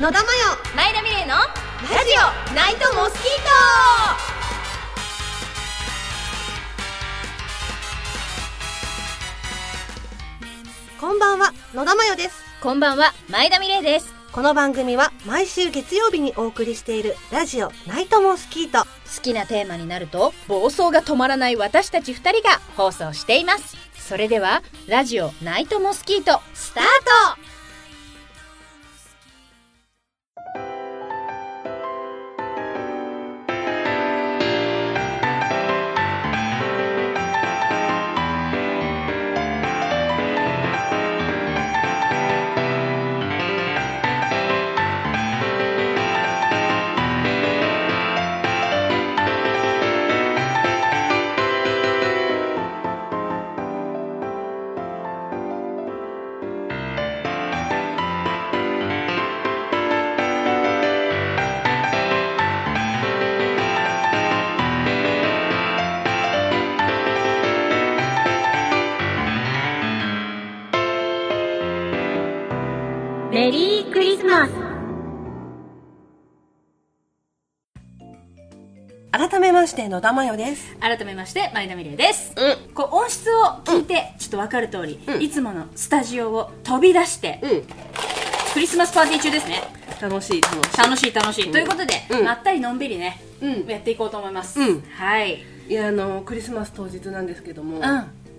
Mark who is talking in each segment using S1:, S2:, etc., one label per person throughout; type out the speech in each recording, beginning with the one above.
S1: 野田真
S2: 前田美玲のラジオナイトモスキー
S1: 代こんばんは野田真代です
S2: トこんばんは前田美玲です
S1: この番組は毎週月曜日にお送りしているラジオナイトモスキート
S2: 好きなテーマになると暴走が止まらない私たち2人が放送していますそれではラジオナイトモスキートスタートメリークリスマス
S1: 改めまして野田真代です
S2: 改めまして前田美玲です
S1: うん
S2: こう音質を聞いてちょっと分かる通り、いつものスタジオを飛び出して、
S1: うん
S2: クリスマスパーティー中ですね
S1: 楽しい楽
S2: 楽しい楽しい、ということで、
S1: うん
S2: まったりのんびりね、
S1: うん
S2: やっていこうと思います、
S1: うん
S2: はい
S1: いいやあのクリスマス当日なんですけども、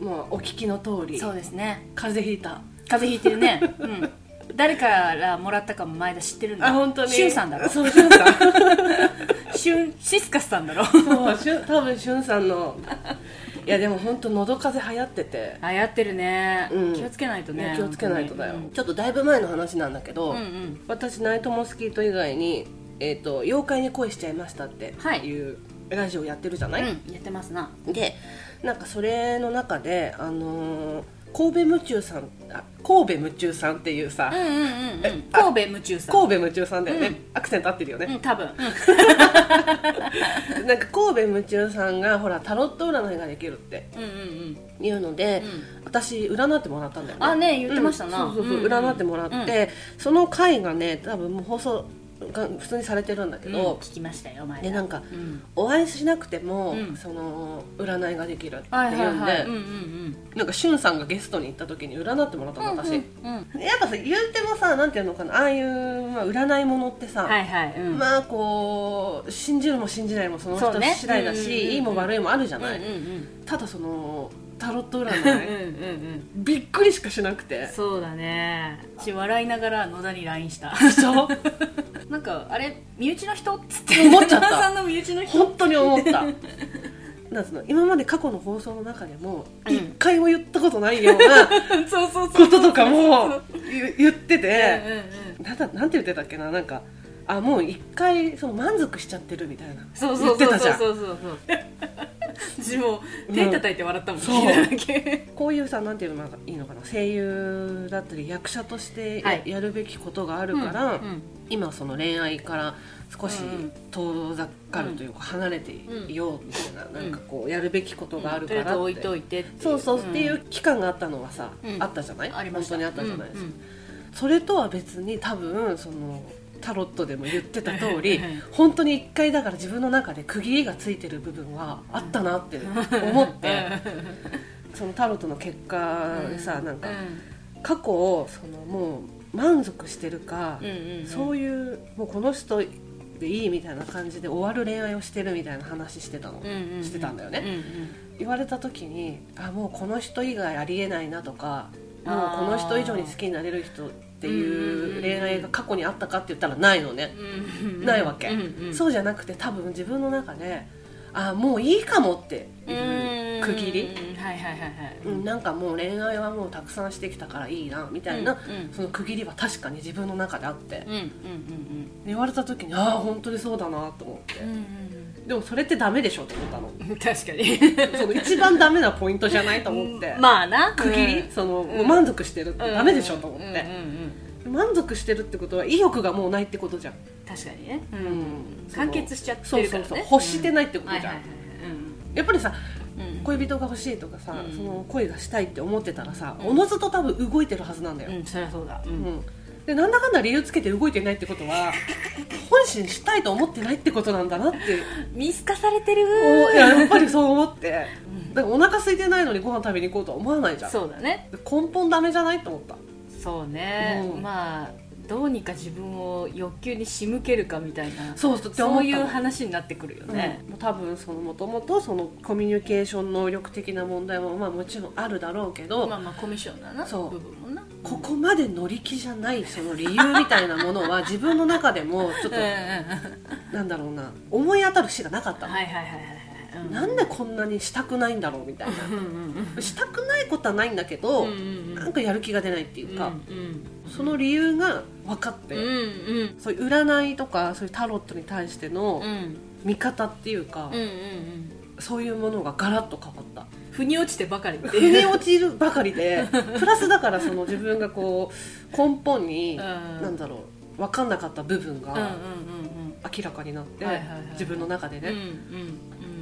S2: う
S1: もうお聞きの通り
S2: そうですね
S1: 風邪ひいた
S2: 風邪ひいてるね、うん、誰からもらったかも前田知ってるんだ
S1: あ本当に
S2: しゅんさんだろ
S1: そうしゅんさん
S2: しゅんシスカスさん だろ
S1: そうしゅん多分しゅんさんのいやでも本当喉風邪流行ってて
S2: あやってるね、
S1: うん
S2: 気をつけないと
S1: い
S2: ね
S1: や気をつけないとだよ、
S2: 本
S1: ちょっとだいぶ前の話なんだけど、
S2: 当にうんうん
S1: 私ナイトモスキート以外に、えー、と妖怪に恋しちゃいましたって
S2: はい
S1: いうラジオやってるじゃない、
S2: うんやってますな
S1: でなんかそれの中で、あのー神戸夢中さんあ神戸夢中さんっていうさ、
S2: うんうんうんうん
S1: えあ
S2: 神戸夢中さん
S1: 神戸夢中さんだよね、
S2: うん
S1: アクセント合ってるよね、
S2: うん多分、
S1: なんか神戸夢中さんがほらタロット占いができるって
S2: うん、うんうんうん
S1: いうので、
S2: う
S1: 私占ってもらったんだよね
S2: あね言ってましたな
S1: うんそうそう
S2: う
S1: そうん
S2: うん
S1: 占ってもらって、その回がね多分もう放送が普通にされてるんだけ
S2: うん
S1: ど、
S2: 聞きましたよ前田
S1: でなんか
S2: うん
S1: お会いしなくても、
S2: うん
S1: その占いができるっていうんで、
S2: はいはいはいうんうんうん
S1: なんかしゅんさんがゲストに行った時に占ってもらったの私、
S2: うんうん
S1: やっぱさ言うてもさなんていうのかなああいう、まあ、占いものってさ、
S2: はいはいうん
S1: まあこう信じるも信じないもその
S2: そ
S1: 人
S2: うね
S1: 次第だし、
S2: うんうんうんうん
S1: いいも悪いもあるじゃない、
S2: うんうん
S1: ただそのタロット
S2: うん
S1: 占い
S2: うんうん
S1: びっくりしかしなく
S2: うん
S1: て
S2: そうだね私笑いながら野田に LINE した
S1: でしょ
S2: なんかあれ身内の人っつって
S1: 思っちゃった
S2: 野田さんの身内の人
S1: 本当に思ったなんその今まで過去の放送の中でも
S2: うん
S1: 一回も言ったことないような
S2: そうそうそ
S1: こ
S2: う
S1: ととかも言言って
S2: うんう
S1: て
S2: んうん
S1: なんだなんて言ってたっけななんかあもう一回その満足しちゃってるみたいな
S2: そうそう
S1: 言っ
S2: そ
S1: て
S2: う
S1: たじ
S2: そう
S1: ゃん
S2: そうそうそう私も
S1: うん
S2: 手叩いて笑ったもん、
S1: そう
S2: 聞いただけ
S1: こういうさなんていうのがいいのかな声優だったり役者としてや,、
S2: はい
S1: るべきことがあるから、
S2: うんうん
S1: 今その恋愛から少し
S2: うんうん
S1: 遠ざかるというか離れていようみたいな,、なんかこうやるべきことがあるか
S2: とりあえず
S1: ら
S2: 置
S1: っ
S2: い
S1: て、
S2: といてってい
S1: そうそう、
S2: ん
S1: っていう期間があったのはさ、
S2: うん
S1: あったじゃない
S2: ありました
S1: 本当にあったじゃないですか、
S2: うんうん
S1: それとは別に多分そのタロットでも言ってた通
S2: はい
S1: り
S2: はい
S1: 本当に一回だから自分の中で区切りがついてる部分はあったなって思ってそのタロットの結果でさ、なんか過去をそのもう満足してるか、
S2: うんうんうん
S1: そういうもうこの人でいいみたいな感じで終わる恋愛をしてるみたいな話してたの、
S2: うんうんうん
S1: してたんだよね、
S2: うんうん
S1: 言われた時にあもうこの人以外ありえないなとかもう
S2: あー
S1: この人以上に好きになれる人って
S2: うんうん
S1: いううん恋愛が過去にあったかって言ったらないのね、ないわけ、そうじゃなくて多分自分の中であもういいかもっていう区切り、
S2: はいはいはいはい
S1: うんなんかもう恋愛はもうたくさんしてきたからいいなみたいな、
S2: うんうん
S1: その区切りは確かに自分の中であって、
S2: うんうんうん
S1: 言われた時にああ本当にそうだなと思って、
S2: うん
S1: でもそれってダメでしょと思ったの
S2: 確かに
S1: その一番ダメなポイントじゃないと思って、
S2: まあな
S1: 区切り、その、もう満足してるってダメでしょと思って、
S2: うんうんうん
S1: 満足してるってことは意欲がもうないってことじゃん、
S2: 確かにねう
S1: うんその
S2: 完結しちゃってるからね
S1: そうそうそう欲してないってことじゃん、やっぱりさ
S2: うん
S1: 恋人が欲しいとかさ、
S2: うん
S1: その恋がしたいって思ってたらさ、おのずと多分動いてるはずなんだよ、
S2: うんそりゃそうだう
S1: うん
S2: ん
S1: でなんだかんだ理由つけて動いてないってこと は本心したいと思ってないってことなんだなって
S2: 見透かされてる
S1: 思ういややっぱりそう思ってだからお腹空いてないのにご飯食べに行こうとは思わないじゃん
S2: そうだね
S1: 根本ダメじゃないと思った
S2: そうね、
S1: うん
S2: まあどうにか自分を欲求に仕向けるかみたいな
S1: そうそうって思ったの
S2: そういう話になってくるよね、
S1: うんもう多分そのもともとそのコミュニケーション能力的な問題もまあもちろんあるだろうけど、
S2: まあまあコミッションだな
S1: そう
S2: 部分もな
S1: ここまで乗り気じゃないその理由みたいなもの は自分の中でもちょ
S2: うんうんうん
S1: っと
S2: は
S1: なんだろうな思い当たる節がなか
S2: い
S1: ったの、
S2: はいはいはいはい
S1: なんでこんなにしたくないんだろうみたい
S2: うんうんうん
S1: なしたくないことはないんだけど、
S2: うんうんうん
S1: なんかやる気が出ないっていうか、
S2: うんうん
S1: その理由が分かって、
S2: うんうん
S1: そういう占いとかそういうタロットに対しての
S2: うん
S1: 見方っていうか、
S2: うんうんうん
S1: そういうものがガラッと変わった
S2: 腑に落ちてばかりって
S1: 腑
S2: いう
S1: に落ちるばかりでプラスだからその自分がこう根本に、
S2: うん
S1: なんだろう分かんなかった部分
S2: うんうん
S1: が明らかになって、
S2: はいはいはい
S1: 自分の中で
S2: うんうんうん
S1: ね、
S2: うん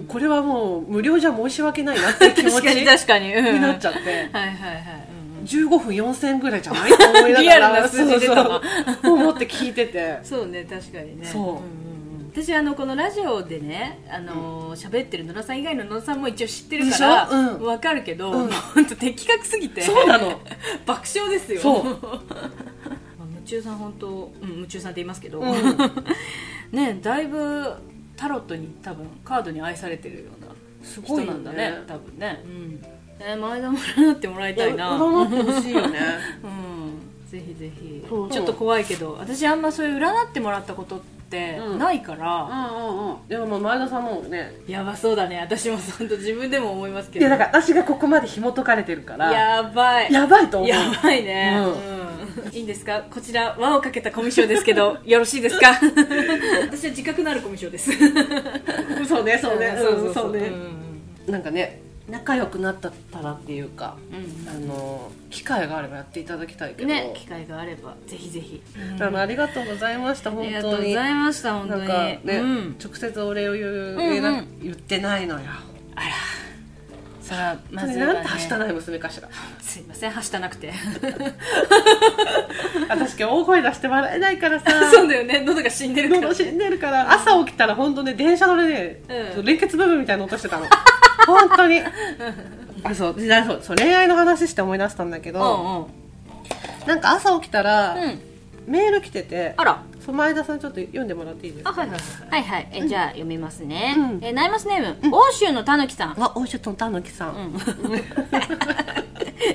S1: これはもう無料じゃ申し訳ないなっていう気持
S2: 確
S1: ち
S2: かに確かにうん
S1: になっちゃって。
S2: はいはいはいうんうん
S1: 15分4000円ぐらいじゃないと思いながら
S2: リアルな数字出たわ
S1: そうそう思って聞いてて
S2: そうね確かにね
S1: そうん
S2: んうん私あのこのラジオでねあのー喋ってる野田さん以外の野田さんも一応知ってるから
S1: でしょうん
S2: わかるけど
S1: うん
S2: 本当的確すぎて
S1: そうなの
S2: 爆笑ですよ
S1: そう
S2: まあ夢中さん本当うん夢中さんって言いますけど、
S1: うん
S2: ねだいぶタロットに多分カードに愛されてるような
S1: す
S2: 人
S1: ごい
S2: な
S1: よ
S2: んだ
S1: ね
S2: ね多分ね、うん、えー前田も占ってもらいたいな
S1: 占ってほし いよね
S2: うんぜひぜひ
S1: そうそう
S2: ちょっと怖いけど私あんまそういう占ってもらったことって
S1: うん
S2: ないか
S1: う
S2: ら、
S1: んうんうんでももう前田さんもね
S2: やばそうだね私も本当自分でも思いますけ
S1: い
S2: ど
S1: やだから私がここまで紐解かれてるから
S2: やばい
S1: やばいと思う
S2: やばいね、
S1: う
S2: うんいいんですかこちら輪をかけたコミュ障ですけ どよろしいですか私は自覚のあるコミュ障です
S1: そうねそうねうんそう
S2: うん
S1: ねなんかね仲良くなったらっていうかあの機会があればやっていただきたいけ
S2: うん
S1: ど
S2: ね機会があればぜひぜひ、
S1: あのありがとうございました
S2: あ
S1: 本
S2: りがと
S1: 当
S2: うご
S1: に
S2: ざいました本当
S1: なん
S2: に
S1: かね、
S2: うん、
S1: 直接お礼を言う、
S2: うんう
S1: 言ってないのよ
S2: さあま
S1: ま
S2: ず
S1: ず、
S2: は、
S1: な
S2: ね
S1: んて、はしたない娘かしら
S2: すいませんはしたなくて
S1: 私今日大声出して笑えないからさ
S2: そうだよね喉が死んでるから、
S1: 喉死んでるから朝起きたら本当ね電車乗りで、
S2: うん
S1: 連結部分みたいな音してたの本当 にあそうでそうそう恋愛の話して思い出したんだけ
S2: う
S1: ど、
S2: んうん
S1: なんか朝起きたら、
S2: うん
S1: メール来てて
S2: あら
S1: そう前田さんちょっと読んでもらっていいですか
S2: はいはいはいはいえじゃあ読みますね、
S1: うん
S2: えナイマスネーム、欧州のたぬきさん
S1: わおいしょとんたぬきさん、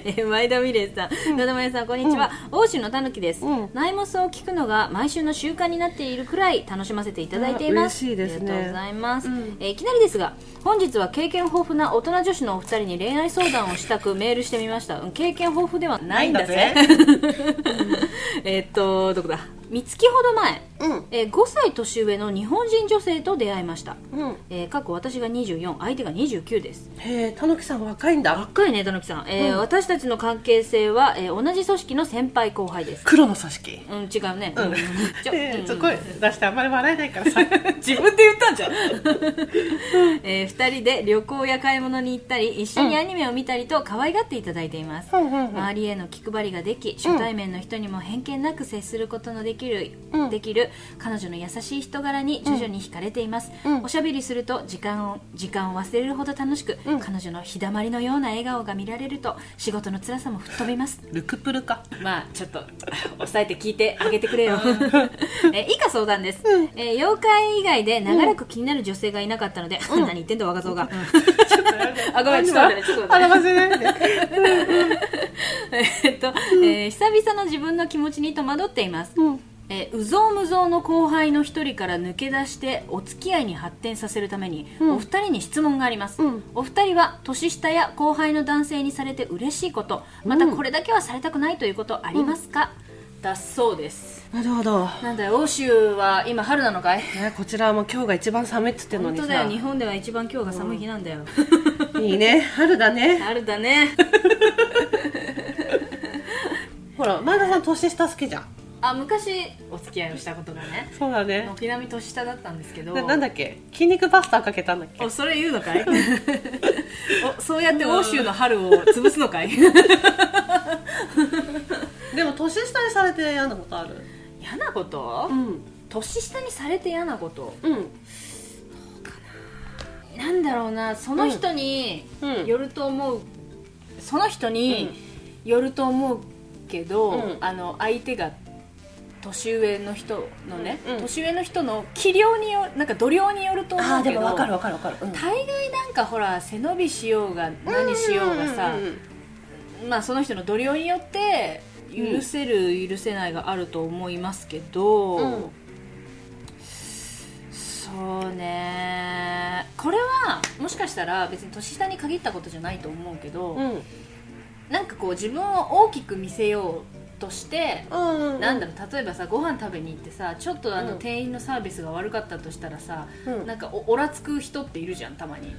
S2: え前田美玲さん、野田真由さんこんにちは、欧州のたぬきです、
S1: うん
S2: ナイモスを聞くのが毎週の習慣になっているくらい楽しませていただいています
S1: あ嬉しいですね
S2: ありがとうございます、
S1: うん
S2: えーいきなりですが本日は経験豊富な大人女子のお二人に恋愛相談をしたくメールしてみましたうん経験豊富ではないんだぜ えっとどこだ三月ほど前、
S1: うん
S2: えー5歳年上の日本人女性と出会いました、
S1: うん
S2: えー過去私が24相手が29です
S1: へえたぬきさん若いんだ
S2: 若いねたぬきさん、えー私たちの関係性は、えー同じ組織の先輩後輩です
S1: 黒の組織
S2: うん違うね、
S1: うん
S2: ちょ
S1: え
S2: うん
S1: ー、声出してあんまり笑えないからさ
S2: 自分で言ったんじゃん、えー、2人で旅行や買い物に行ったり一緒にアニメを見たりと可愛がっていただいています、
S1: うんうんうん
S2: 周りへの気配りができ初対面の人にも偏見なく接することのできる、
S1: うん
S2: できる彼女の優しい人柄に徐々に惹かれています、
S1: うん
S2: おしゃべりすると時間を時間を忘れるほど楽しく、
S1: うん
S2: 彼女の日だまりのような笑顔が見られると仕事の辛さも吹っ飛びます
S1: ルクプルか
S2: まあちょっと抑えて聞いてあげてく れよえ以下相談です、
S1: うん
S2: えー妖怪以外で長らく気になる女性がいなかったので、何言ってんだ若造 が、あごめんちょっと待ってちょっと待
S1: 笑わせないで
S2: えっと、えー久々の自分の気持ちに戸惑っています、
S1: うん
S2: えーうぞうむぞうの後輩の一人から抜け出してお付き合いに発展させるために、
S1: うん
S2: お二人に質問があります、
S1: うん
S2: お二人は年下や後輩の男性にされて嬉しいことまたこれだけはされたくないということありますか、だそうです
S1: なるほど
S2: なんだよ欧州は今春なのかい
S1: ね、こちらはもう今日が一番寒いっつってんの
S2: 本
S1: に
S2: 当だ
S1: さ
S2: よ日本では一番今日が寒い日なんだよ、
S1: いいね春だね
S2: 春だ ね
S1: ほら前田さん年下好きじゃん
S2: あ昔お付き合いをしたことがね
S1: そうだね
S2: 軒並み年下だったんですけど
S1: ななんだっけ筋肉パスタかけたんだっけ
S2: おそれ言うのかいおそうやって欧州の春を潰すのかい
S1: でも年下にされて嫌なことある
S2: 嫌なこと、
S1: ん
S2: 年下にされて嫌なこと
S1: うん
S2: なんだろうなその人に
S1: うん
S2: よると思う、その人によると思うけど、
S1: うん
S2: あの相手が年上の人のね、
S1: うんうん
S2: 年上の人の器量によなんか度量によると
S1: あ
S2: 思
S1: あ
S2: う
S1: で
S2: けど
S1: も分かる分かる分かる、うん
S2: 大概なんかほら背伸びしようが何しようがさ、
S1: んんん
S2: まあ、その人の度量によって許せる、許せないがあると思いますけど、
S1: うん
S2: そうねこれはもしかしたら別に年下に限ったことじゃないと思うけど、
S1: うんうん
S2: なんかこう自分を大きく見せようとして、
S1: うんうん
S2: なんだろう例えばさご飯食べに行ってさちょっとあの
S1: うん
S2: 店員のサービスが悪かったとしたらさ、
S1: うん
S2: なんかおおらつく人っているじゃんたまに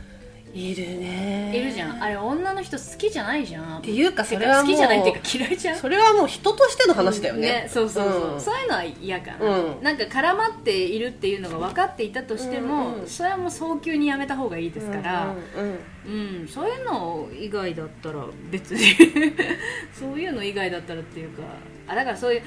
S1: いるね
S2: いるじゃんあ
S1: っ
S2: れ女の人好きじゃないじゃん
S1: ていうかそ
S2: て
S1: れ
S2: か
S1: はも
S2: 好
S1: う
S2: きじゃないっていうか嫌いじゃん
S1: それはもう人としての話だよね,、
S2: そうそうそう、
S1: うん
S2: そういうのは嫌かな、
S1: うん
S2: なんか絡まっているっていうのが分かっていたとしても、
S1: うんうん
S2: それはもう早急にやめた方がいいですから
S1: うんうんうん
S2: うん、そういうの以外だったら別に そういうの以外だったらっていうかあだからそういう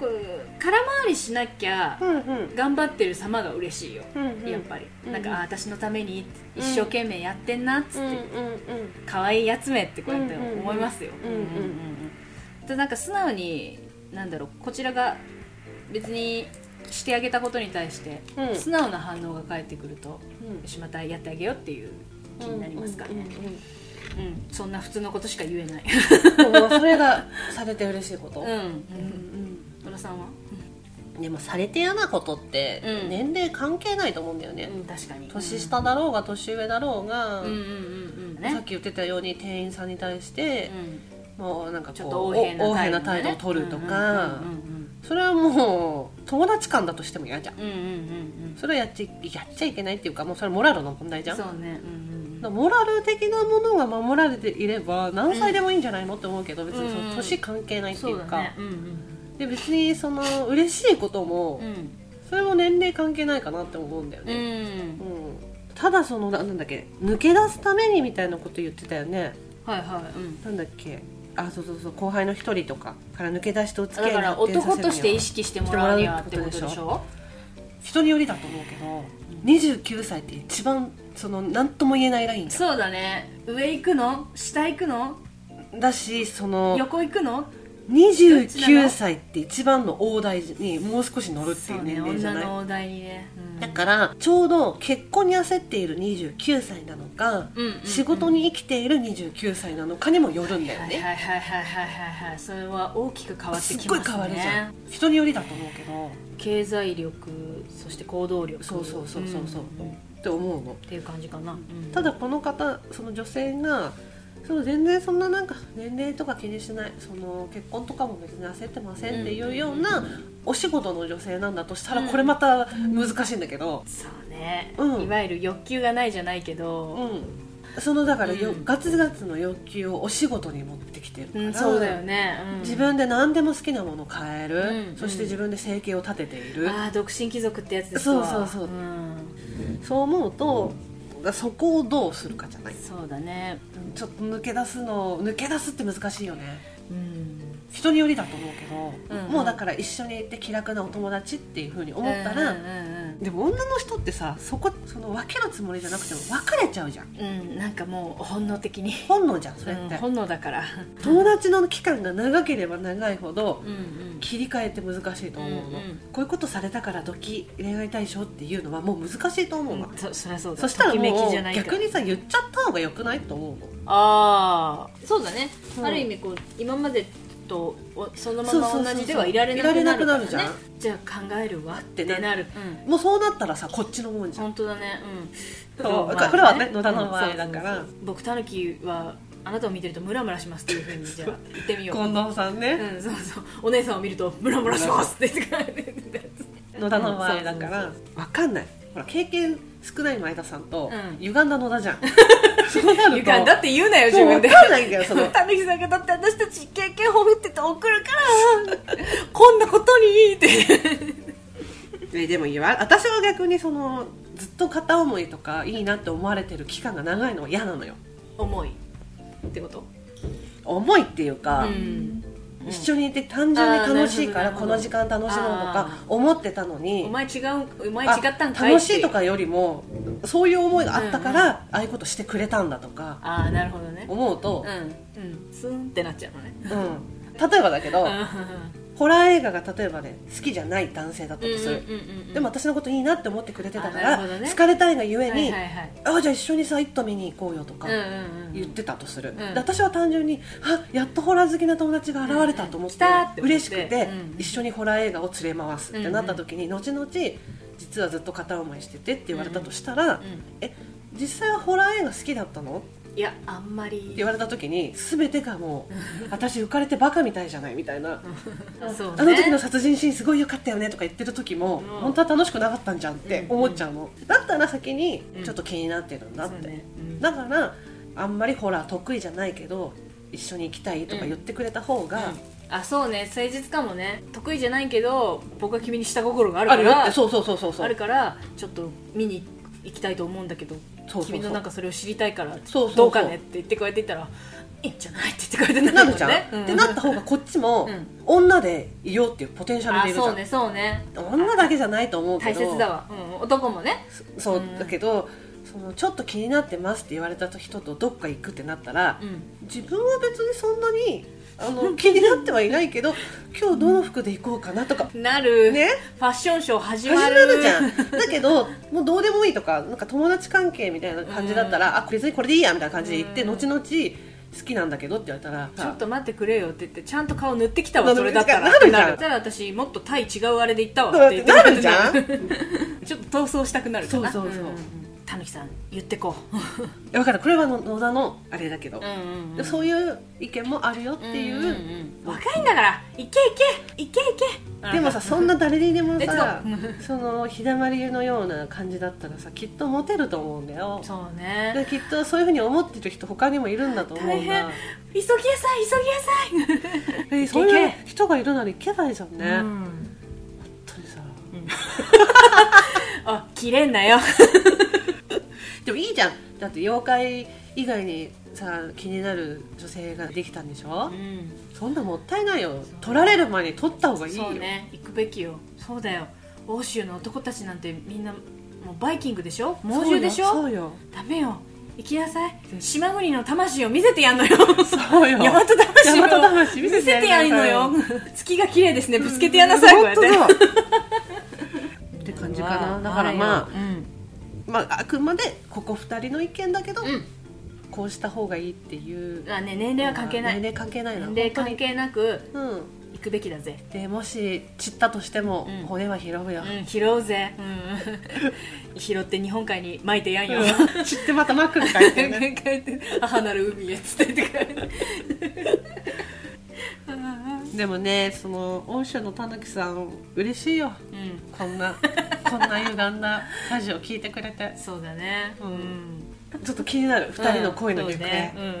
S2: こう空回りしなきゃ
S1: うんうん
S2: 頑張ってる様が嬉しいよ、
S1: うんうん
S2: やっぱり、
S1: うん
S2: なんかあ私のために
S1: うん
S2: 一生懸命やってんなっつって、
S1: うんうん
S2: 可愛いやつめってこうやって思いますよ。
S1: うんうんうんうんうんうん
S2: でなんか素直になんだろうこちらが別にしてあげたことに対して
S1: うんうん
S2: 素直な反応が返ってくると
S1: う
S2: よ
S1: ん
S2: しまたやってあげようっていう気になりますからね、
S1: うんうんうん
S2: うんそんな普通のことしか言えない
S1: でもそれがされて嬉しいこと、
S2: うん、う
S1: うん
S2: ん、野田さんは、
S1: うんでもされて嫌なことって
S2: うん
S1: 年齢関係ないと思うんだよね、
S2: うん、確かに
S1: 年下だろうが年上だろうが、
S2: うんうんうんうん
S1: さっ
S2: ね
S1: き言ってたように店員さんに対して、もうなんかこう
S2: ちょっと横柄な
S1: お横柄な
S2: 態
S1: 態
S2: 度ね
S1: 度を取るとか、
S2: うんうん
S1: それはもう友達間だとしても嫌じゃん
S2: うんうんうんうん
S1: それはやっちやっちゃいけないっていうかもうそれはモラルの問題じ
S2: う
S1: ゃ
S2: ん
S1: んだか
S2: そうねうんうんう
S1: ら
S2: ん
S1: モラル的なものが守られていれば何歳でもいいんじゃないのって思うけど別にその年関係ないって
S2: そ
S1: い
S2: うう
S1: か、
S2: だねうん
S1: で別にその嬉しいことも、
S2: うんうん
S1: それも年齢関係ないかなって思うんだよ
S2: う
S1: ね、
S2: ん
S1: うんただそのななんだっけ抜け出すためにみたいなこと言ってたよね
S2: はいはいうん
S1: なんだっけあそうそうそう後輩の一人とかから抜け出してお付き合
S2: だ
S1: い
S2: から男として意
S1: 識
S2: 識してもらうにはってことでしょ
S1: 人によりだと思うけど29歳って一番その何とも言えないラインだ
S2: そうだね上行くの下行くの
S1: だしその
S2: 横行くの
S1: 29歳って一番の大台にもう少し乗るって
S2: そ
S1: いうう
S2: ね
S1: 年齢じゃ
S2: 女
S1: ない、
S2: のお題にね
S1: だからちょうど結婚に焦っている29歳なのか、
S2: うんうんうん
S1: 仕事に生きている29歳なのかにもよるんだよ
S2: はい
S1: ね、
S2: はいはいはいはいはいそれは大きく変わって
S1: すっ
S2: き
S1: ご
S2: ま
S1: い
S2: す
S1: 変わるじゃ
S2: ね
S1: ん人によりだと思うけど
S2: 経済力そして行動力
S1: そうそうそうそうそう、
S2: んん
S1: っ
S2: って
S1: 思うの
S2: ていう感じかな
S1: ただこの方その女性がその全然そんななんか年齢とか気にしないその結婚とかも別に焦ってませんっていうようなお仕事の女性なんだとしたら
S2: うん
S1: これまた難しいんだけど、
S2: そうね
S1: うん
S2: いわゆる欲求がないじゃないけ
S1: う
S2: ど
S1: ん、そのだからよ、
S2: うん
S1: ガツガツの欲求をお仕事に持ってきてるから、
S2: うんそうだよねうん
S1: 自分で何でも好きなものを買える、
S2: うん
S1: そして自分で生計を立てている、
S2: ああ独身貴族ってやつですわ
S1: そうそうそうんそう思うと、そこをどうするかじゃない
S2: そうだね
S1: ちょっと抜け出すの抜け出すって難しいよね
S2: うん
S1: 人によりだと思うけど、
S2: うんうん
S1: もうだから一緒に行って気楽なお友達っていうふうに思ったら、
S2: うんうん
S1: でも女の人ってさそこその分けるつもりじゃなくても別れちゃうじゃん
S2: うんうん、うんなんかもう本能的に、
S1: 本能じゃんそれっ
S2: うん
S1: て、
S2: 本能だから
S1: 友達の期間が長ければ長いほど
S2: うんうん
S1: 切り替えって難しいと思うの、
S2: うんうん
S1: こういうことされたからドキ恋愛対象っていうのはもう難しいと思うわ、
S2: そそりゃそうだ
S1: そしたら
S2: ときめ
S1: も
S2: き
S1: う
S2: じゃないから
S1: 逆にさ言っちゃった方がよくないと思うの
S2: ああそうだね、
S1: うん
S2: ある意味こう今までとおそのま
S1: そうそうそう
S2: ま
S1: そう
S2: 同じではいられなくなるから、ね、
S1: いられなくなる
S2: じゃあ考えるわって
S1: ってな
S2: なる、うん、
S1: もうそうなったらさこっちのもんじゃん
S2: 本当だねうん
S1: そう
S2: まあ
S1: これはね野田の場
S2: うんそう
S1: 合
S2: そうそう
S1: だから
S2: 僕タヌキはあなたを見てるとムラムラしますっていうふうに じゃあ言ってみよう
S1: 近藤さんね、
S2: うん、そうそうお姉さんを見るとムラムラしますって言ってからね
S1: 野田の場合だか
S2: う
S1: ら
S2: んそう
S1: わかんないほら経験少ない前田さんと、
S2: うん
S1: 歪んだ 野田じゃんそうなると
S2: ゆかんだって言うなよ自
S1: もう
S2: 分
S1: 分
S2: で
S1: かんないけどその
S2: たぬきさんがだって私たち経験ほふってて送るからこんなことにって
S1: えでもいいわ私は逆にそのずっと片思いとかいいなって思われてる期間が長いのは嫌なのよ
S2: 重いってこと
S1: 重いっていうか、
S2: うん
S1: 一緒にいて単純に楽しいか
S2: あーなる
S1: ら
S2: ほ
S1: こ
S2: ど
S1: の時間楽しもうとか
S2: あ
S1: 思ってたのに
S2: お前違うお前違
S1: あ
S2: ったんかい
S1: 楽しいと
S2: って
S1: かよりもそういう思いがあったから、ああいうことしてくれたんだとか
S2: ああなるほどね
S1: 思うと、
S2: うんうんスンってなっちゃうのね
S1: うん例えばだけど、ホラー映画が例えばね好きじゃない男性だったとする、でも私のこといいなって思ってくれてたか
S2: あな
S1: ら、
S2: るほどね
S1: 好かれたいがゆえ
S2: は
S1: に、
S2: いはいはい
S1: あじゃあ一緒にさ「イット!」見に行こうよとか
S2: うんうんうん
S1: 言ってたとする、
S2: ん
S1: で私は単純にあやっとホラー好きな友達が現れたと思って,、
S2: うんうん来たって思って
S1: 嬉しくて、
S2: うん
S1: 一緒にホラー映画を連れ回すってなった時に、後々実はずっと片思いしててって言われたとしたら、
S2: うん
S1: え実際はホラー映画好きだったのって
S2: いやあんまり
S1: 言われた時に全てがもう私浮かれてバカみたいじゃないみたいな、
S2: そうね
S1: あの時の殺人シーンすごい良かったよねとか言ってる時
S2: う
S1: も、
S2: ん
S1: 本当は楽しくなかったんじゃんって思っちゃうの、だったら先にちょっと気になってるんだって、
S2: そうねうん
S1: だからあんまりホラー得意じゃないけど一緒に行きたいとか言ってくれた方が、
S2: あそうね誠実かもね得意じゃないけど僕は君に下心がある
S1: あ
S2: か
S1: るよっ
S2: ら
S1: てそうそうそうそうそ
S2: ある
S1: う
S2: からちょっと見に行きたいと思うんだけど
S1: そうそうそう
S2: 君のなんかそれを知りたいから
S1: そうそう
S2: どうかねって言ってこうやって言ったらいいんじゃないって言ってこうやって
S1: なるじゃん、
S2: ねう
S1: ってなった方がこっちも、
S2: うん
S1: 女でいようっていうポテンシャル
S2: あ
S1: でいるじゃん
S2: そうねそうね
S1: 女だけじゃないと思うけ
S2: 大
S1: ど
S2: 切だわ、うん、男もね
S1: そう、
S2: うん
S1: だけどそのちょっと気になってますって言われた人とどっか行くってなったら、
S2: うん
S1: 自分は別にそんなにあの気になってはいないけど今日どの服で行こうかなとか
S2: なる、
S1: ね
S2: ファッションショー始
S1: 始
S2: ま
S1: ま
S2: る
S1: るじゃんだけどもうどうでもいいとかなんか友達関係みたいな感じだったら、あ別にこれでいいやみたいな感じで行って、
S2: うん
S1: 後々好きなんだけどって言われたら
S2: ちょっと待ってくれよって言ってちゃんと顔塗ってきたわそれだったら
S1: なるじゃん
S2: たら私もっとタイ違うあれで行ったわっ
S1: だっ
S2: 言
S1: てて
S2: って
S1: なるじゃん
S2: ちょっと闘争したくなるかな
S1: そうそうそうん
S2: んんたぬきさん言ってこう
S1: だからこれはの野田のあれだけど、
S2: うんうんうん
S1: そういう意見もあるよっていう、
S2: んんうん若いんだから行け行け行け行け
S1: でもさそんな誰にでも
S2: レ
S1: さ
S2: ッ
S1: その日だまりのような感じだったらさきっとモテると思うんだよ
S2: そう
S1: で
S2: ね
S1: きっとそういうふうに思ってる人他にもいるんだと思
S2: 大
S1: うん
S2: 変
S1: だ
S2: 急ぎなさい急ぎなさい
S1: えそういう人がいるならいけないじゃん
S2: う
S1: ね、本
S2: ん
S1: 当にさ
S2: あ切れんなよ
S1: でもいいじゃんだって妖怪以外にさ気になる女性ができたんでしょ、
S2: うん
S1: そんなもったいないよ取られる前に取った方がいいよ
S2: そうね行くべきよそうだよ欧州の男たちなんてみんなもうバイキングでしょ猛獣でし
S1: そ
S2: ょ
S1: うよ
S2: ダメよ行きなさい島国の魂を見せてやんのよ
S1: そうよ
S2: 大和魂を
S1: 大和魂
S2: 見
S1: 見
S2: せ
S1: せ
S2: て
S1: て
S2: や
S1: や
S2: ん
S1: り
S2: の
S1: なさい
S2: よ
S1: よ
S2: 月が綺麗ですねぶつけてやんなさいこうやって
S1: 本当だって感じかなだからまあ、まあ、あくまでここ2人の意見だけど、
S2: うん、うん
S1: こうした方がいいっていう
S2: まあね、年齢は関係ない
S1: 年齢関係ないな
S2: 年齢関係なく
S1: 本当に
S2: 行くべきだぜ、
S1: うんでもし散ったとしても、
S2: うん
S1: 骨は拾うよ、
S2: うん、拾うぜ、うん、拾って日本海に撒いてやんよ、
S1: うん散ってまたマックに帰ってね
S2: 帰って母なる海へつってってくれるうん
S1: でもねその御社のたぬきさん嬉しいよこんなこんな歪んだラジオ聞いてくれて
S2: そうだね
S1: うんちょっと気になる2人の恋の行
S2: そう
S1: 方、
S2: ねうんうん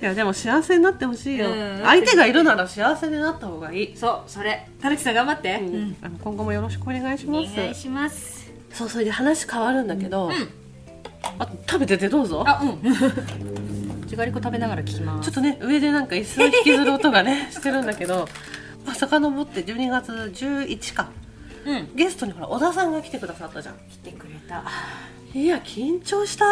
S1: いやでも幸せになってほしいよ、
S2: うん
S1: 相手がいるなら幸せになった方がいい、
S2: そうそれたぬきさん頑張って、
S1: うんあの今後もよろしくお願いし
S2: お
S1: ます
S2: 願いします
S1: そうそれで話変わるんだけど、
S2: ん
S1: あ食べててどうぞ
S2: あうん じがりこ食べながら聞きま
S1: ちょっ
S2: す
S1: とね上でなんか椅子を引きずる音がね してるんだけどまあ遡って12月11か
S2: うん
S1: ゲストにほら小田さんが来てくださったじゃん
S2: 来てくれた
S1: いや緊張した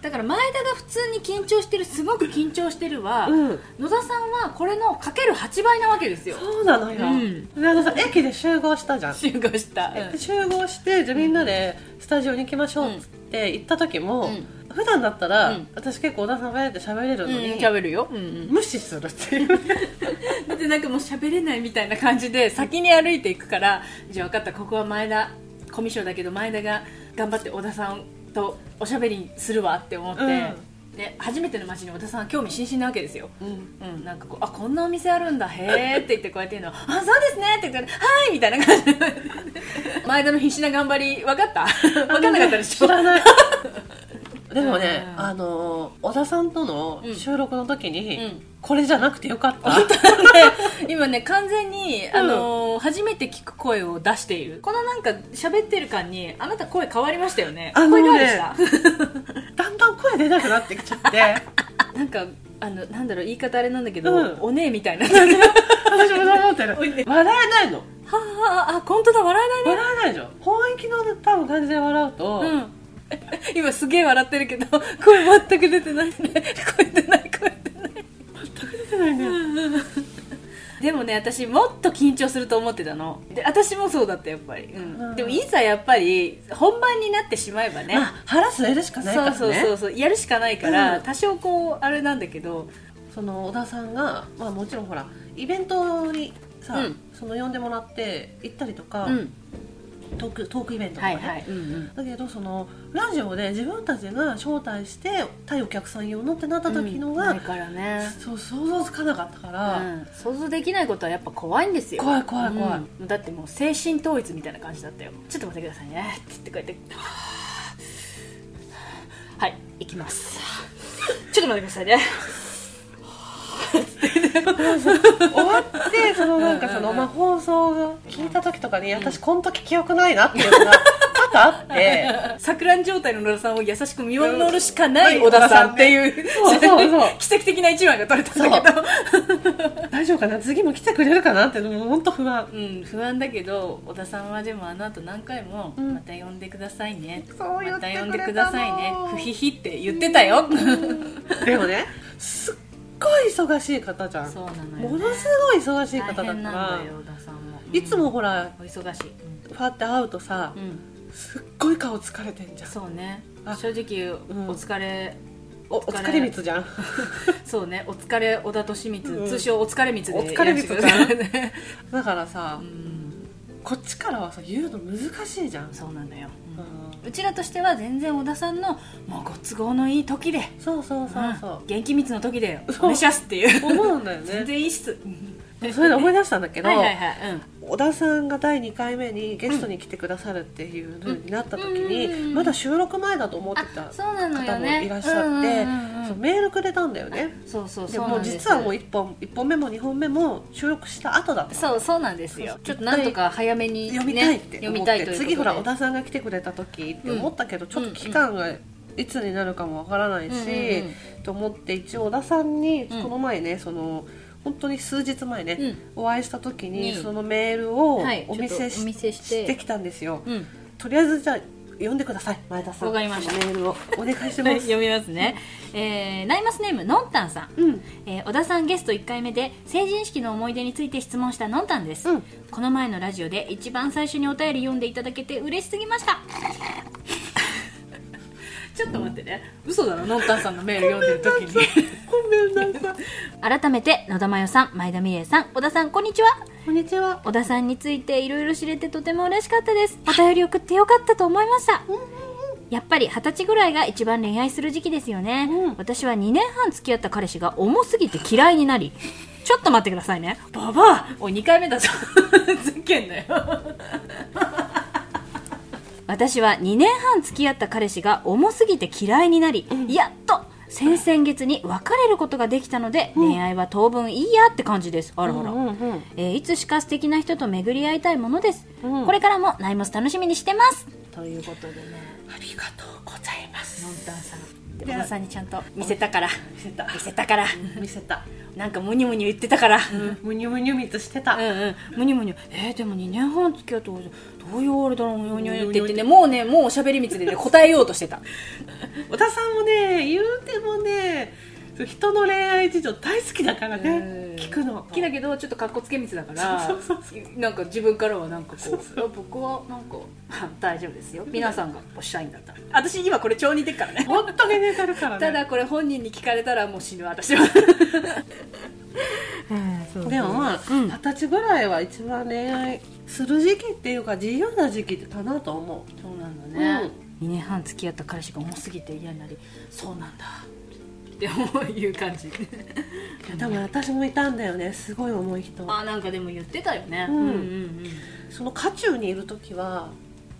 S2: だから前田が普通に緊張してるすごく緊張してるは、
S1: うん
S2: 野田さんはこれのかける8倍なわけですよ
S1: そうなのよ、
S2: うん
S1: であのさ駅で集合したじゃん、
S2: 集合した、
S1: で集合してじゃあみんなでスタジオに行きましょうっつって行った時も、普段だったら、
S2: うん
S1: 私結構小田さんがやって喋れるのに、
S2: 喋るよ、うんうん
S1: 無視するっていう
S2: だってなんかもう喋れないみたいな感じで先に歩いていくからじゃあ分かったここは前田コミュ障だけど前田が頑張って小田さんとおしゃべりするわって思って、
S1: う
S2: で初めての街に小田さんは興味津々なわけですよ、
S1: うん
S2: うん、なんかこうあこんなお店あるんだへえって言ってこうやって言うの あそうですねって言ってはいみたいな感じで前田の必死な頑張り分か った分かんなかったでしょ
S1: 知らない でもね、
S2: うん
S1: あのー小田さんとの収録の時に、
S2: うん
S1: これじゃなくてよかった、
S2: で 今ね完全に、あのー初めて聞く声を出しているこのなんか喋ってる間にあなた声変わりましたよね
S1: あの
S2: 声
S1: ね
S2: 変わりした
S1: だんだん声出なくなってきちゃって
S2: なんかあのなんだろう言い方あれなんだけど、
S1: うん
S2: おねえみたいな
S1: 私もそう思ってる
S2: おいで
S1: 笑えないの
S2: はあはああ本当だ笑えないね
S1: 笑えないじゃん本気の多分感じで笑うと、
S2: うん 今すげえ笑ってるけど声全く出てないね 声出ない声出ない
S1: 出てないね、
S2: でもね私もっと緊張すると思ってたので私もそうだったやっぱり、うん
S1: うん
S2: でもいざやっぱり本番になってしまえばね、
S1: まあ腹据えるしかないからね
S2: そうそうそうそうやるしかないから、
S1: うん
S2: 多少こうあれなんだけど
S1: その小田さんが、まあ、もちろんほらイベントにさ、
S2: うん
S1: その呼んでもらって行ったりとか、
S2: うん
S1: トークトークイベントとか
S2: は
S1: ね、
S2: いはい、うんうん
S1: だけどそのラジオで自分たちが招待して対お客さん用のってなった時のが、
S2: ないからね、
S1: そう想像つかなかったか
S2: う
S1: ら、
S2: ん、想像できないことはやっぱ怖いんですよ
S1: 怖い怖い怖い、
S2: うんだってもう精神統一みたいな感じだったよちょっと待ってくださいねって言ってこうやってはい行きますちょっと待ってくださいね
S1: 終わってそのなんかそ
S2: うんうん
S1: の、
S2: うん
S1: まあ、放送が聞いた時とかに私この時記憶ないなっていうのが 多々あって。
S2: 錯乱状態の野田さんを優しく見守るしかない小田さんっていう
S1: そうそうそう
S2: 奇跡的な一枚が取れたんだけど
S1: 大丈夫かな次も来てくれるかなってもう本当不安
S2: う、ん、不安だけど小田さんはでもあの後何回も「
S1: うん
S2: また呼んでくださいね」
S1: そう言
S2: ま
S1: っ
S2: た
S1: てくれたの
S2: 呼んでくださいね」「ふひひ」って言ってた よ
S1: でもねすっごい忙しい方じゃん、
S2: そうなのよ、ね、
S1: ものすごい忙しい方だか
S2: 大
S1: ら
S2: 変なんだよ小田さんも、
S1: いつもほら
S2: お忙しい、
S1: パって会うとさ
S2: うんうん
S1: すっごい顔疲れてんじゃん
S2: そうね
S1: あ
S2: 正直、
S1: ん
S2: お疲れ
S1: おお疲れ光じゃん
S2: そうねお疲れ小田利光、
S1: うん
S2: 通称お疲れ光で
S1: お疲れ光ちゃ
S2: や
S1: ん
S2: らせてくださいね
S1: だからさ、
S2: うん
S1: こっちからはさ言うの難しいじゃん、
S2: そうなんだよ、うん
S1: うん
S2: うちらとしては全然小田さんのもうご都合のいい時で
S1: そうそうそう
S2: う
S1: そ
S2: ん元気密の時で
S1: そう
S2: おめしゃすっていう
S1: う、思うんだよ
S2: 全
S1: ね
S2: 然いいっす
S1: それで思い出したんだけど、
S2: はいはいはい、うん、
S1: 小田さんが第2回目にゲストに来てくださるっていうのになった時に、
S2: うんうん
S1: まだ収録前だと思ってた
S2: あそうなのよ
S1: 方も
S2: ね
S1: いらっしゃって、
S2: うんうんうんうん
S1: そうメールくれたんだよね
S2: そうそう
S1: で
S2: そうな
S1: も
S2: んです
S1: 実はもう1本一本目も2本目も収録した後だった
S2: そうそうなんですよちょっとなんとか早めに、ね、
S1: 読みたいって
S2: 読
S1: 思
S2: み
S1: ったて
S2: いということで
S1: 次ほら小田さんが来てくれた時って思ったけど、ちょっと期間がいつになるかもわからないし、
S2: うんうん
S1: と思って一応小田さんに
S2: うん
S1: この前ね、その本当に数日前ね、お会いした時に
S2: に
S1: そのメールを
S2: はい
S1: お見せ
S2: ちょっとお見せ
S1: し
S2: して
S1: してきたんですよ、
S2: うん
S1: とりあえずじゃあ読んでください前田さん
S2: わかりました
S1: そのメールをお願いし
S2: はい
S1: ます
S2: 読みますね、えー、ナイマスネームのんたんさん、
S1: うん
S2: えー、小田さんゲスト1回目で成人式の思い出について質問したのんたんです、
S1: うん
S2: この前のラジオで一番最初にお便り読んでいただけて嬉しすぎました ちょっと待ってね嘘だろのんたんさんのメール読んでる時に
S1: ごめんなさい
S2: 改めて野田真代さん前田美玲さん小田さんこんにちは
S1: こんにちは
S2: 小田さんについていろいろ知れてとても嬉しかったですお便り送ってよかったと思いましたやっぱり二十歳ぐらいが一番恋愛する時期ですよね、
S1: うん
S2: 私は2年半付き合った彼氏が重すぎて嫌いになりちょっと待ってくださいねババアおい2回目だぞつけんなよ私は2年半付き合った彼氏が重すぎて嫌いになり、やっと先々月に別れることができたので、恋愛は当分いいやって感じですあらあら、
S1: うんうん
S2: えーいつしか素敵な人と巡り合いたいものです、
S1: うん
S2: これからもナイモス楽しみにしてますということでね
S1: ありがとうございます
S2: のんたんさん小
S1: で
S2: 田さんにちゃんと見せたから
S1: 見せた
S2: 見せたから
S1: 見せた
S2: なんかムニムニ言ってたから、
S1: むにゅむにゅみつしてた、
S2: うんうん、むにむにえー、でも2年半付き合ってどういうあれだろうにょにょにょって言ってねもうねもうおしゃべり蜜でね答えようとしてた
S1: 小田さんもね言うてもね人の恋愛事情大好きだから
S2: うん
S1: ね聞くの
S2: 好きだけどちょっとかっこつけ蜜だから
S1: そうそう
S2: なんか自分からはなんかこういや僕はなんか大丈夫ですよ皆さんがおっしゃいんだったら私今これ調にでっからね
S1: 本当に寝てるからね
S2: ただこれ本人に聞かれたらもう死ぬ私は
S1: でもまあ
S2: うん
S1: 二十、歳ぐらいは一番恋愛する時期っていうか自由な時期かなと思う
S2: そうなんだね、2年半付き合った彼氏が重すぎて嫌になりそうなんだって思ういう感じ
S1: 多分私もいたんだよねすごい重い人
S2: あなんかでも言ってたよね
S1: うん
S2: うん
S1: その渦中にいる時は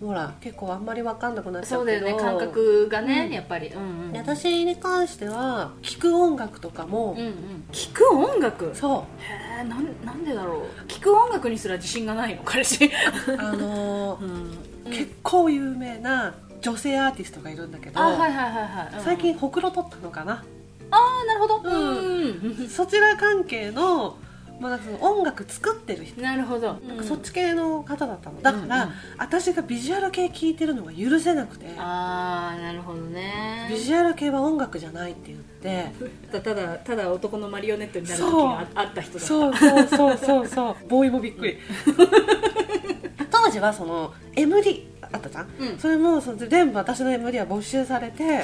S1: ほら結構あんまり分かんなくなっちゃ
S2: そう
S1: う
S2: だ
S1: け
S2: よ
S1: ど
S2: ね感覚がね、
S1: うん
S2: やっぱりうんうん
S1: で私に関しては聴く音楽とかも、
S2: うんうん聞く音楽
S1: そう
S2: へえなんなんでだろう聞く音楽にすら自信がないの彼氏
S1: あのー
S2: ん
S1: 結構有名な女性アーティストがいるんだけど、
S2: あはいはいはいはい、うん
S1: 最近ほくろ取ったのかな
S2: ああなるほどう
S1: うん
S2: ん
S1: そちら関係の,、まあ、なんかその音楽作ってる人、
S2: なるほど
S1: そっち系の方だったのだから、
S2: うんうん
S1: 私がビジュアル系聞いてるのが許せなくて
S2: ああなるほどね
S1: ビジュアル系は音楽じゃないって言って
S2: ただただただ男のマリオネットになる時
S1: そう
S2: がああった人だった
S1: そうそうそうそうそうボーイもびっくり 当時はその MD あったじゃん、
S2: うん
S1: それもその全部私の MD は募集されて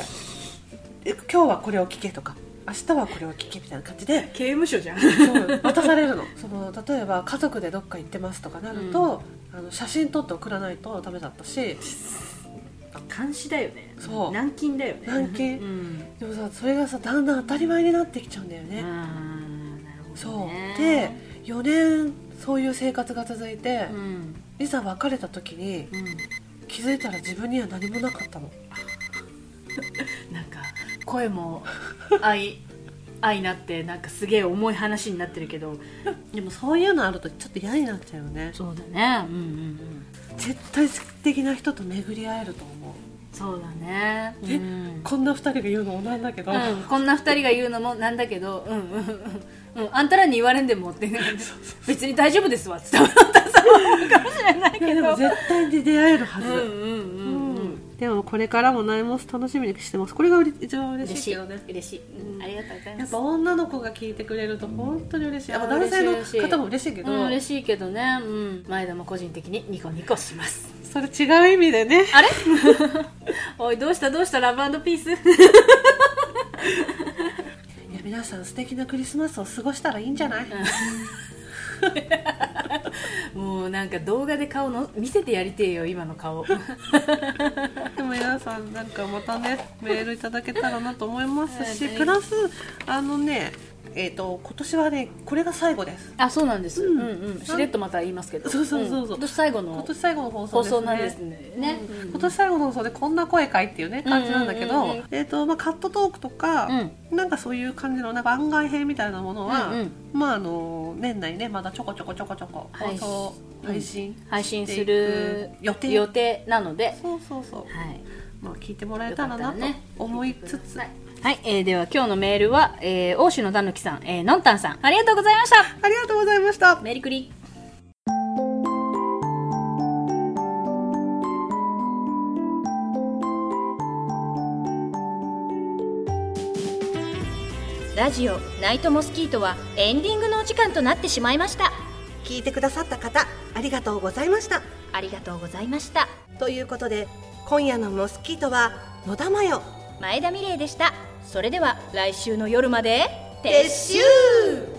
S1: え今日はこれを聴けとか明日はこれを聴けみたいな感じで
S2: 刑務所じゃん
S1: そう渡されるのその例えば家族でどっか行ってますとかなると、あの写真撮って送らないとダメだったし
S2: 監視だよね
S1: そう
S2: 軟禁だよね
S1: 軟禁
S2: うん
S1: でもさそれがさだんだん当たり前になってきちゃうんだよね、
S2: あーなるほどね
S1: そうで4年そういう生活が続いて
S2: う、ん
S1: いざ別れた時に
S2: うん
S1: 気づいたら自分には何もなかったの
S2: なんか声も 愛愛なってなんかすげえ重い話になってるけど
S1: でもそういうのあるとちょっと嫌になっちゃうよね
S2: そうだねうんうんうん
S1: 絶対的な人と巡り会えると思う、
S2: そうだね
S1: え
S2: うん
S1: こんな2人が言うのもなんだけど、
S2: うん、こんな二人が言うのもなんだけど、うんうんうん、うん、あんたらに言われんでもって、別に大丈夫ですわって言ったらそうかもしれない
S1: いや
S2: け
S1: でも
S2: ど。
S1: 絶対に出会えるは
S2: う
S1: ず、
S2: んうんうんうん。
S1: でもこれからもナイモス楽しみにしてますこれがうれ一番嬉
S2: 嬉
S1: しい
S2: しい
S1: けどね
S2: 嬉しい、うんありがとうござい
S1: や
S2: ま
S1: っ
S2: す
S1: ぱ。女の子が聞いてくれると本当に嬉しい、
S2: うん
S1: やっぱ男性
S2: 嬉しい嬉し
S1: の
S2: い
S1: 方も嬉しいけど、
S2: うん、嬉しいけどね、うん、前田も個人的にニコニコします。
S1: それ違う意味でね
S2: あれ おい、どうしたどうしたラブピース
S1: いや皆さん素敵なクリスマスを過ごしたらいいんじゃない、
S2: もうなんか動画で顔の見せてやりてえよ、今の顔。
S1: でも皆さんなんかまたねメールいただけたらなと思いますし
S2: はい
S1: プラスあのねえっ、と今年はねこれが最後です
S2: あ、そうなんです。うんん、うん、しれっとまた言いますけど。
S1: そうそうそうそうん
S2: 今年最後の。
S1: 今年最後の放
S2: 放
S1: 送ですね
S2: 送なんですね。ね
S1: うん今年最後の放送でこんな声かいっていうね感じなんだけど、
S2: うんうんうんうん
S1: えっ、とまあカットトークとか、
S2: う
S1: なんかそういう感じのなんか番外編みたいなものは、
S2: うんうん
S1: まああの年内ねまだちょこちょこちょこちょこ
S2: は
S1: 放
S2: い
S1: 送配信
S2: 配
S1: し
S2: 信
S1: て
S2: す
S1: いく
S2: る
S1: 予定
S2: 予定なので、
S1: そうそうそう、
S2: はい。
S1: まあ聞いてもらえたらなと
S2: よかったらね
S1: 思いつつ、
S2: はい、えーでは今日のメールは、えー、欧州のたぬきさん、えー、のんたんさん、ありがとうございました
S1: ありがとうございました。
S2: メリクリラジオ「ナイトモスキート」はエンディングのお時間となってしまいました
S3: 聞いてくださった方ありがとうございました
S2: ありがとうございました
S3: ということで今夜の「モスキート」は野田真代
S2: 前田美玲でしたそれでは来週の夜まで
S3: 撤収